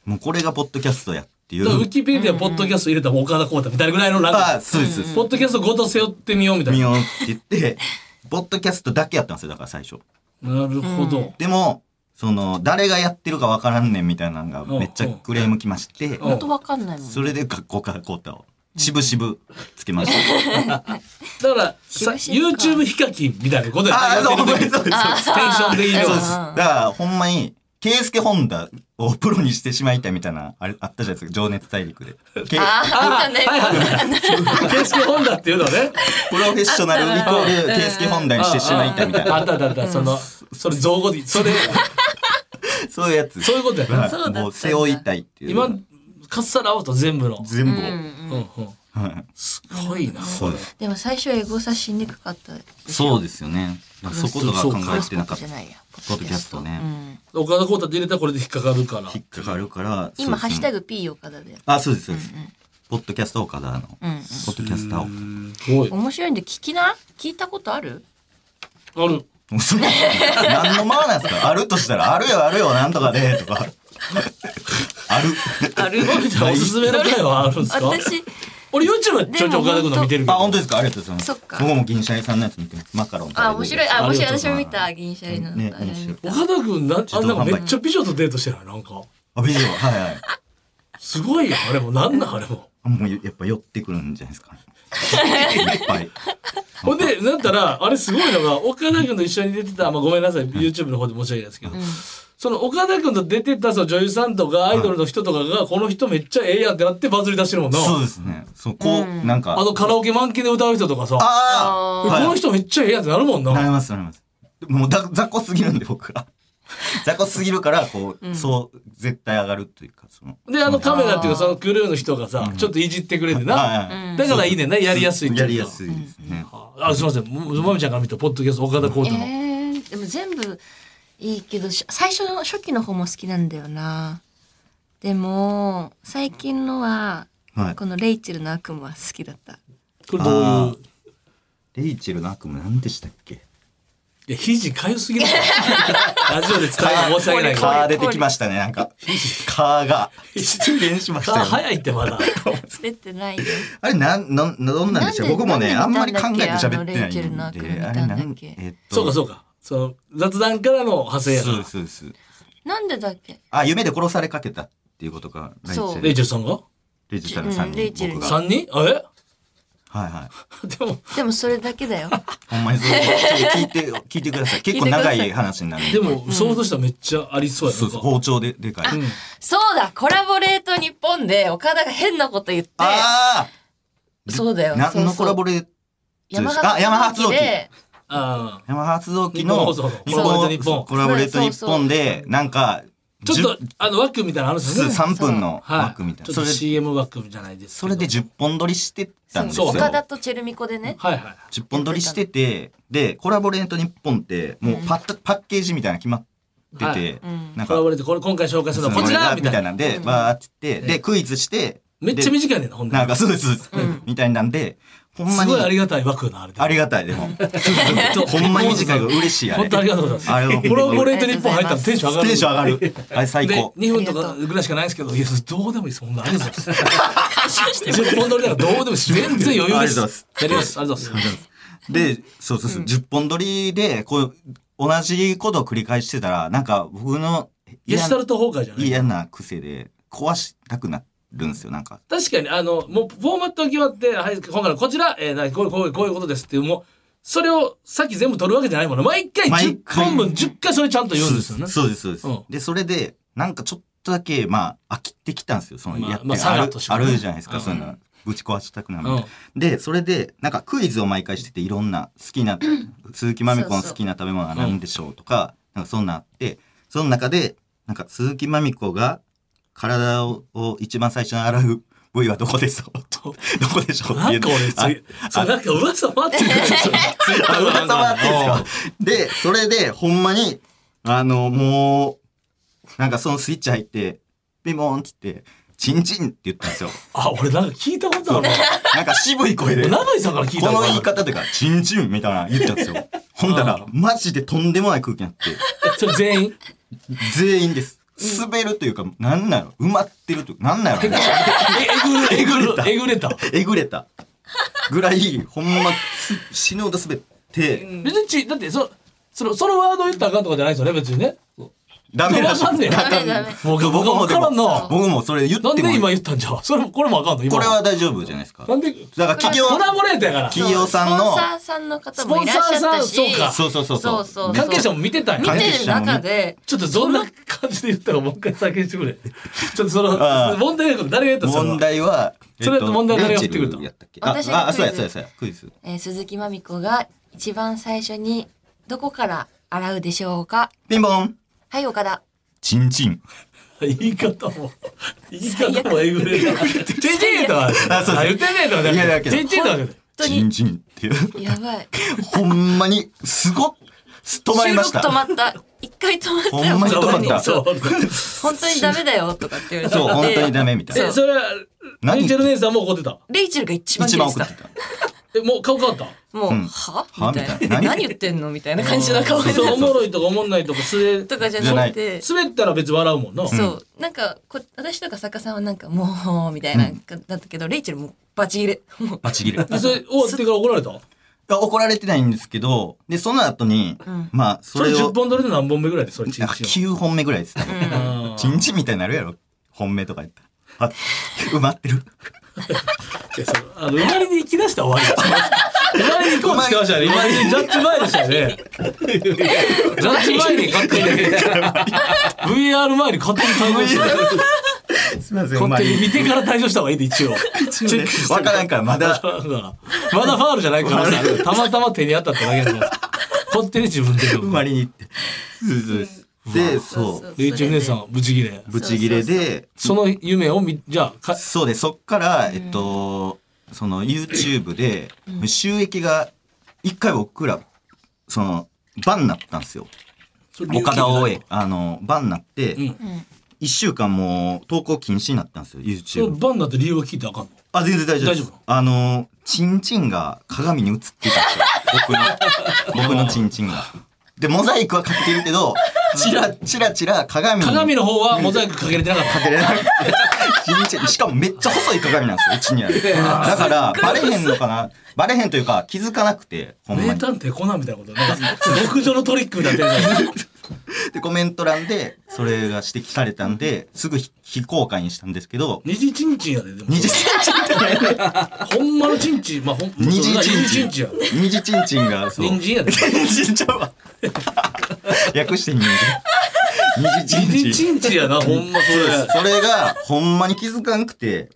う。
もうこれがポッドキャストやってい
だからウ
う
ィ。キペディア、ポッドキャスト入れたらもう岡田光太みたいなぐらいのラン
あ、
ク。
そうです。
ポッドキャストごと背負ってみようみたい
見
な。
ようって言って、ポッドキャストだけやったんですよ、だから最初。
なるほど。
でも、その、誰がやってるかわからんねんみたいなのがめっちゃクレームきまして、
うん
本当わかんないもん
それで学校からコータを、しぶしぶつけました。
だから、さ
厳しいのか
YouTube ヒカキンみたいなことや
ああ、そう、そうです、そうです。
あ
テンション的にはそうで
あー
そうで。
すす
だから、ほんまに、ケイスケホンダをプロにしてしまいたいみたいな、あれ、あったじゃないですか、情熱大陸で。ケイ
あーあったね
はいはい。形式本だっていうのね。
プロフェッショナルイコール、ケイスケホンダにしてしまいたいみたい
ああ
な、
ったあったあった。その、それ造語で、それ、
そういうやつ。
そういうことやな。
そうだったんだ
もう背負いたいっていう。
今、かっさらアウト全部の。
全部を。
うんうん。すごいな。
そうです。
でも最初エゴサしにくかった
そうですよね。だからそことが考えてなかっ
じ
た
ゃ。ないやポ
ッドキャストね
うん
岡田浩太で入れたらこれで引っかかるから。
引っかかるから。
今ハッシュタ
グ。
グ P 岡田で
あ、そうです、そうです。ポッドキャスト岡田の。ポ
うん
ッドキャスター岡
すごい。
面白いんで聞きな聞いたことある
ある。
田。そう 何のままなんですかあるとしたら、あるよ、あるよ、なんとかで、とか。ある。
ある
のびちゃんおすすめの回はあるんですか
私
俺 YouTube はちょいちょい岡田君の見てるけ
あ、
ど。
本当ですかありがとうございます。
そっか
僕も銀シャリさんのやつ見てます。マカロン食べて
あ
る
面白いあ面白い
ありがとうご
私も見た銀シャリの
ね
あれ見た
岡田君な、あんなんか
販売
めっちゃ美女とデートしてないなんか。
あ、ビデオ、はいはい。
すごいよ、あれも。なんなん、あれも。
もうやっぱ寄ってくるんじゃないですか。いっぱい。
ほんで、なんたら、あれすごいのが、岡田君と一緒に出てた、まあごめんなさい、YouTube の方で申し訳ないですけど、その岡田君と出てたその女優さんとかアイドルの人とかが、この人めっちゃええやんってなってバズり出してるもんな。
そうですね。そう、こう、なんか。
あのカラオケ満喫で歌う人とかさ、
あ
こ
あ
の人めっちゃええやんってなるもんな。
なりますなります。もうだ雑魚すぎるんで僕は。雑魚すぎるからこう、そう絶対上がるというかその。
で、あのカメラっていうか、そのクルーの人がさ、ちょっといじってくれてな。
はいはい
だからいいねんな、やりやすいって
やりや
い
す
う
いですね。
か。あ、すいません。ももみちゃんから見た、ポッドキャスト、岡田浩
え
太の。
ーでも全部いいけどし最初の初期の方も好きなんだよなでも最近のは
はい
このレイチェルの悪夢は好きだった
これどう
あ
いう
ーレイチェルの悪夢なんでしたっけ？
いや、肘かゆすぎるから。ラジオで伝えるの申し訳ないけど。
カー出てきましたねなんか。カー が出現しまし
か
たよ。
早いってまだ。
出てないよ
あれなんなんどんなんでしょう。
なんで
僕もね
な
あ
んんで
まり考えて喋って
レイチェルの
ないん
悪
で
夢
あれな
なんだ
ん
っけ
えっと
そうかそうか。その雑談からの派生や
そう
な
です。そうです。
なんでだっけ
あ夢で殺されかけたっていうことかレイチ
そ
ェ
う
レイ
ル
チェルさんが
レイチェルさん
うんレイ
に
チェル
僕が
三人え
はいはい。
でも、
でもそれだけだよ
ほんまにそう。ちょっと聞いて、聞いてください。結構長い話になるん
で、も、想像したらめっちゃありそうや
そう
な
そう、
なんか。
包丁で、でかい。
そうだコラボレート日本で岡田が変なこと言って
あ
そうだ
あ
よ
何のコラボ
レ
レート
山
ですか
形
あ山発
同期で
ああ。
山発動機
日本
の
放送の
本
そう
コラボレート日本
そうそう
で、なんか、
ちょっと
10、
あの、枠みたいなのあるんですよね。
3分の
はい。
枠みたい
ちょっと
な。それで、
CM 枠じゃないです
そ
けど。
れで10本撮りしてたんです
そう
よ。
岡田とチェルミコでね
はいはい。
10本撮りしてて、で、コラボレート日本って、もうパッとパッケージみたいなの決ま
は
ってて
い、
うん
なん
コラ
か、
ボレート、これ今回紹介するのはこちらみ
み
た
た
い
い
な。
なんで、バーって言って、で、クイズして、
めっちゃ
で
短いねんな、ほんで
なんかそうです、そうです
うん
みたいなんで、ほんますに
ごいありがたい枠な、あれで。
ありがたい、で も。ほんまに短いが嬉しい、あ
本
れ。
当ありがとうござい
あ
ま
れ
す。コラボレート日本入ったらテンション上がる。
テンション上が る。あれ最
で
高。
2分とかぐらいしかないんですけど、いや、どうでもいいです、そんな。ありがとうござい ます。10本撮りだからどうでもいいです。全然余裕です。やります。ありがとうございます。
で、そうそうそう、10本撮りで、こう、同じことを繰り返してたら、なんか僕の
ゲ
嫌
スタルト崩壊じゃない
嫌な癖で壊したくなるんですよ、なんか。
確かに、あの、もうフォーマットが決まって、はい、今回のこちら、えー、なこういうこういうこういうことですっていう、もう、それをさっき全部撮るわけじゃないもの。毎回10本分、10回それちゃんと言うんですよね。
そうです、そうです
うん。
で、それで、なんかちょっとだけ、まあ、飽きてきたんですよ、その、
まあ
やって
まあサラとして
あ
ね
るあるじゃないです
う
か、
ん
そういうの。ぶち壊したくなるみたいな
うん。
で、それで、なんかクイズを毎回してて、いろんな好きな、鈴木まみこの好きな食べ物は何でしょうとか、なんかそんなんあって、その中で、なんか鈴木まみこが体をを一番最初に洗う部位はどこでしょうと、 どこでしょうっ
な
ていうん
か俺、
あ
そそれなんか噂回ってるやつでしょ。
あ噂はあってんですかで、それで、ほんまに、あの、もう、なんかそのスイッチ入って、ピモーンっつって、チンチンって言ったんですよ。
あ、俺なんか聞いたこと
そ
あ
う
るわ。
なんか渋い声で。
長井さんから聞いたこ
こ
と
の
ある
言い方というか、チンチンみたいなの言ったんですよ。ほんだら、マジでとんでもない空気になって、
それ全員
全員です。滑るというか、なんなの埋まってるというか、なんなの
ええぐる、えぐる、えぐれた。
えぐれた。ぐらい、ほんま、す死ぬほど滑って、
別にち、だって、そ、そのそのワード言ったらあかんとかじゃないですよね別にね
ダメらしい
それはわかんねえ
あかん
ダメダメ
僕僕もで
わからん
も
な
僕もそれ言って
な
も
んで今言ったんじゃんそれもこれもあかんの今
これは大丈夫じゃないですか
なんで
だから企業
コラボレートやから
企業さん
スポン
の
サーさんの方もいらっしゃった
スポン
し
サーさん
そうそうそうそう
そうそう
関係者も見てたん
見
や
関係
てる中で
ちょっとどんな感じで言ったかもう一回再現 してくれちょっとその
ああ
問題のこと誰が言ったんですか
問題は
それ問題は誰が振ってくるの
レイチェルやったっけ
私が
ああ
クイズ
そうやそうやそうやクイズ
えー鈴木まみ子が一番最初にどこから洗うでしょうか
ピンポン
はい岡田
チンチン
言い方も言い方もえぐれるチェンジエイトは
あそうそう
言ってねえとかじゃ
いやい
な
や
くてチェンジエイトは
本当
チン
に
チンっていう
やばい
ほんまにすごっ止まりました
収録止まった一回止まったよ
ほんまに
本
止
当
まっ
に
た
そう
本当にダメだよとかって言われて
そう本当にダメみたい
え
な
それは
何
レイチェル姉さんも怒ってた
レイチェルが一番
一
切
番
れて
送ったてた
えもう顔変わった
もう、
うん
は
は
みた
み
いな
た
い
な
何言ってんのみたいな感じの顔に
そう
な
おもろいとかおもんないとか滑
るとかじゃなくて
滑ったら別に笑うもんな
そうなんかこ私とか作家さんはなんかもうみたいなだったけど、レイチェルもうバチ切れ もう
バチ切れ
えそれ終わってから怒られた
いや怒られてないんですけど、で、その後に、
うん
まあ、そ
それ
れ
10
を、
本撮りで何本目ぐらいでそれチン
あ
チン
9本目ぐらいです、多分
うん
チンチンみたいになるやろ本命とか言ったら。あ、埋まってる。
いやそのあの生まれに行き出したら終わりです生まれに行こうって言ってましたね生まれにジャッジ前でしたよねジャッジ前に勝手に VR 前に勝手に対応して
すみません、
勝手に
に。
見てから対処した方がいいで一応チェックして
わからんから、まだ。
まだファウルじゃないからたまたま手に当たっただけなんです勝手に自分で
埋まりに行って。そうそうで、そう。
レイチェル姉さんブチギレ
ブチ切れで、
その夢をみじゃあか
そうで、そっから、えっと、その YouTube で、収益が、一回僕ら、その、バンになったんですよ。岡田大江。あの、バンになって
うん、
一週間もう投稿禁止になったんですよ、YouTube
そ。のバンだって理由は聞いてあかんの
あ、全然大丈夫です。
大丈夫
あの、チンチンが鏡に映ってたって。僕の、僕のチンチンが。で、モザイクはかけてるけど、チラチラチラ鏡に。
鏡の方はモザイクかけれてなかった
か けれなくて。チンチン。しかもめっちゃ細い鏡なんですよ、うちにある。だから、バレへんのかなバレへんというか、気づかなくて、ほんま
名
に。
探偵コナンみたいなことね。牧場のトリックだってるじゃん。
で、コメント欄で、それが指摘されたんで、すぐ非非公開にしたんですけど、
二次チンチンやで、でも。
二次チンチンってない
ほんまのチンチン、まあ、ほん、
二次
そう
チ
二
ン
次
チ
チ
ン
ンチンや。。
二次チンチンが、そう。
人参やで。
人参ちゃうわ。 略して人参。二
二
次
次
人参。
チンチンやな、ほんまそれ。
それが、ほんまに気づかんくて、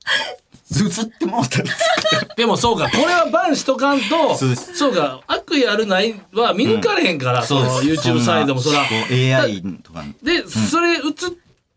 ずずってもうたんです。
でもそうか、これはバンしとかんと、
そうです
そうか、悪意あるないは見抜かれへんから、その YouTube サイドもそら。
こう AI とかに。
で、それ映っ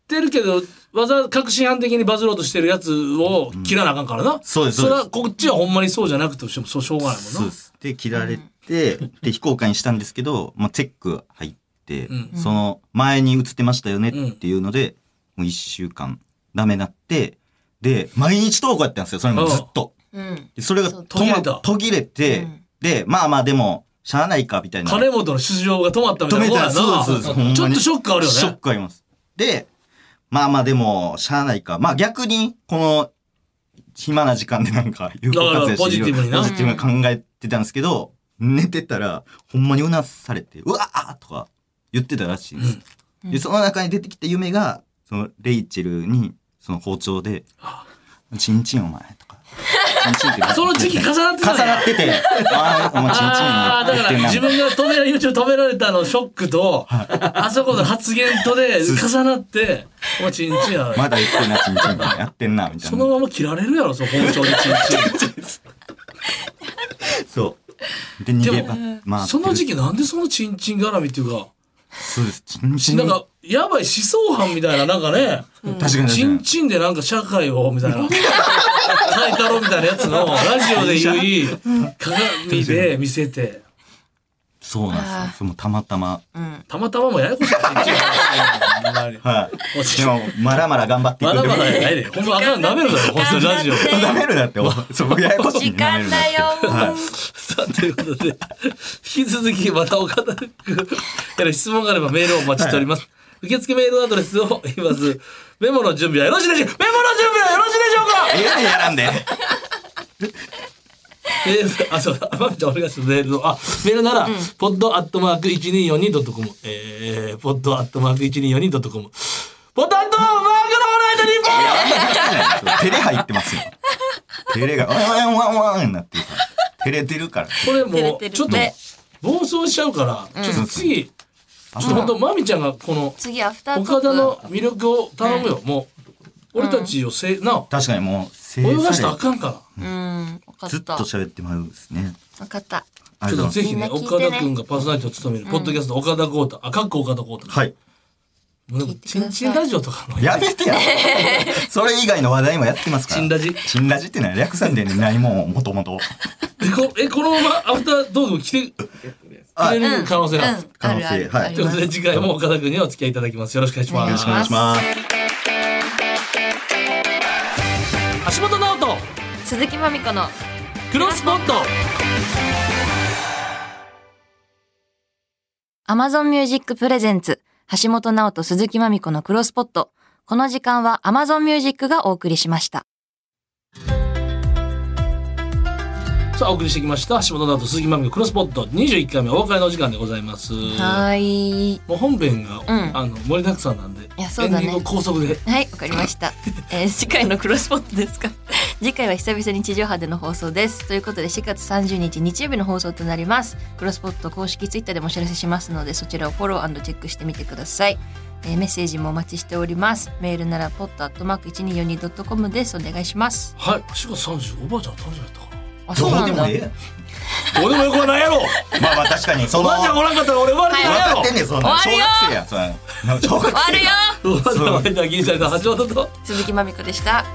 てるけど、わざわざ確信犯的にバズろうとしてるやつを切らなあかんからな。
そうですそ
そ
うです
れはこっちはほんまにそうじゃなくてもしょしょうがないもんな。
そうです。で、切られて、で、非公開にしたんですけど、まあ、チェック入って、
うん
その、前に映ってましたよねっていうので、もう一週間、ダメなって、で、毎日投稿やったんですよ、それもずっと。
うん
でそれが
そう
途切れた
とま途切れて、
うん
で、まあまあでも、しゃあないか、みたいな。
金本の出場が止まったみたいなことやな。
止めたらそうですそうですほんまに
ちょっとショックあるよね。
ショックあります。で、まあまあでも、しゃあないか。まあ逆に、この、暇な時間でな んか、有効活用して
ポジティブにな
ポジティブに考えてたんですけど、寝てたら、ほんまにうなされて、うわーとか言ってたらしいんです。
うん
で、その中に出てきた夢が、その、レイチェルに、その包丁で、チンチンお前とか。チンチンって言っ て
その時期重なってた
重
んや
なってて、ああ、お前チンチン
ああ、だ
言っ
か
てん
ら
な
自分が止めら、YouTube 止められたのショックと、あそこの発言とで重なって、お前チンチンや。
まだ言ってんな、チンチンやってんな、みたい
そ
な。
のまま切られるやろ、その包 丁でチンチ
そう。で、逃げ
で
ば
も、
まあ。
ン。その時期なんでそのチンチン絡みっていうか、
そうです。チンチン。
なんか、やばい思想犯みたいな、なんかね、
確かに確かに。
チンチンでなんか社会を、みたい な。変えたろみたいなやつの、ラジオで言い、鏡で見せて、
そうなんですよ。もうたまたま。
うん
たまたまもややこしいチンチンや。ほんまに
はい。でも、まだまだ頑張っていく
ま
んで。
だまだやないで。ほんまあかん、舐めるだろ、ほんとラ ジオ。
舐めるなって、そこややこしい。
時間だよ
はい
さあ、ということで、引き続きまた岡田君から質問があればメールをお待ちしております。受付メールアドレスを言います。メモの準備はよろしいでしょうメモの準備はよろしいでしょうか
えらいやらんで。
メール、あ、そう、あまみちゃんお願いします。メールの、あ、メールなら、ポッドアットマーク 1242.com。えー、ポッドアットマーク 1242.com。ポッドアットマークのオールナイトニッポン
照れ入ってますよ。照れが、ワンワンワンワンになってるから。照れてるから。
これ
照れ
も
て
う
る
ちょっと
ね
暴走しちゃうから、ちょっと次、ちょっと本当まみちゃんがこの
次アフタートー
岡
ク
田の魅力を頼むよ。もう俺たちをせな
確かにもう、制
泳がしたらあ
れ
かんか
うん分か
ずっ
っ
と
た
喋ってまうですね。
分かった
あ
ら。ち
りが
ょっと
とうござ
ぜ
い
ひね
みんな聞いて
岡
ね
田くんがパーソナリティを務めるポッドキャスト岡田浩太あかっこ岡田浩太
ます。はい。
もうチンチンラジオとかの
やめ てや。それ以外の話題もやってますから。
チンラジ
チンラジってのは略さんでないもん、もともと。
えこえこのままアフタートーク来てくれる可能性
うん
がある。
可能性
あるある
はい
あり
という
ま
こ
す
とで次回も岡田くんにはお付き合いいただきます。よろしくお願いし
お願
ま
よろ
す
しくお。願いします。
橋本直人
鈴木まみこの
クロスポット
Amazon Music Presents 橋本直人鈴木まみこのクロスポットこの時間は Amazon Music がお送りしました
さあお送りしてきました橋本直人鈴木まみのクロスポット21回目お別れのお時間でございます。
はい
もう本編が、
ん
あの盛りだくさんなんで、
いやそうだね
エンディングを高速で。
はいわかりました、 えー次回のクロスポットですか 次回は久々に地上波での放送ですということで4月30日日曜日の放送となりますクロスポット公式ツイッターでもお知らせしますのでそちらをフォローチェックしてみてくださいえーメッセージもお待ちしておりますメールならポットアットマーク 1242.com ですお願いします
はい、4月30、おばあちゃん誕生日やったか
あ
どうでもええや
な。俺もよくはないやろ。
んまあまあ確かに、そ
お
の、
ばあちゃん
分
おらんかったら俺生まれてないや
か
ろ
って。んねん、そんな小
終わる
学
よ
生やん、そんな小学
終わるよ
おばあちゃんおらんかったら銀シャリの橋本と。
鈴木まみこでした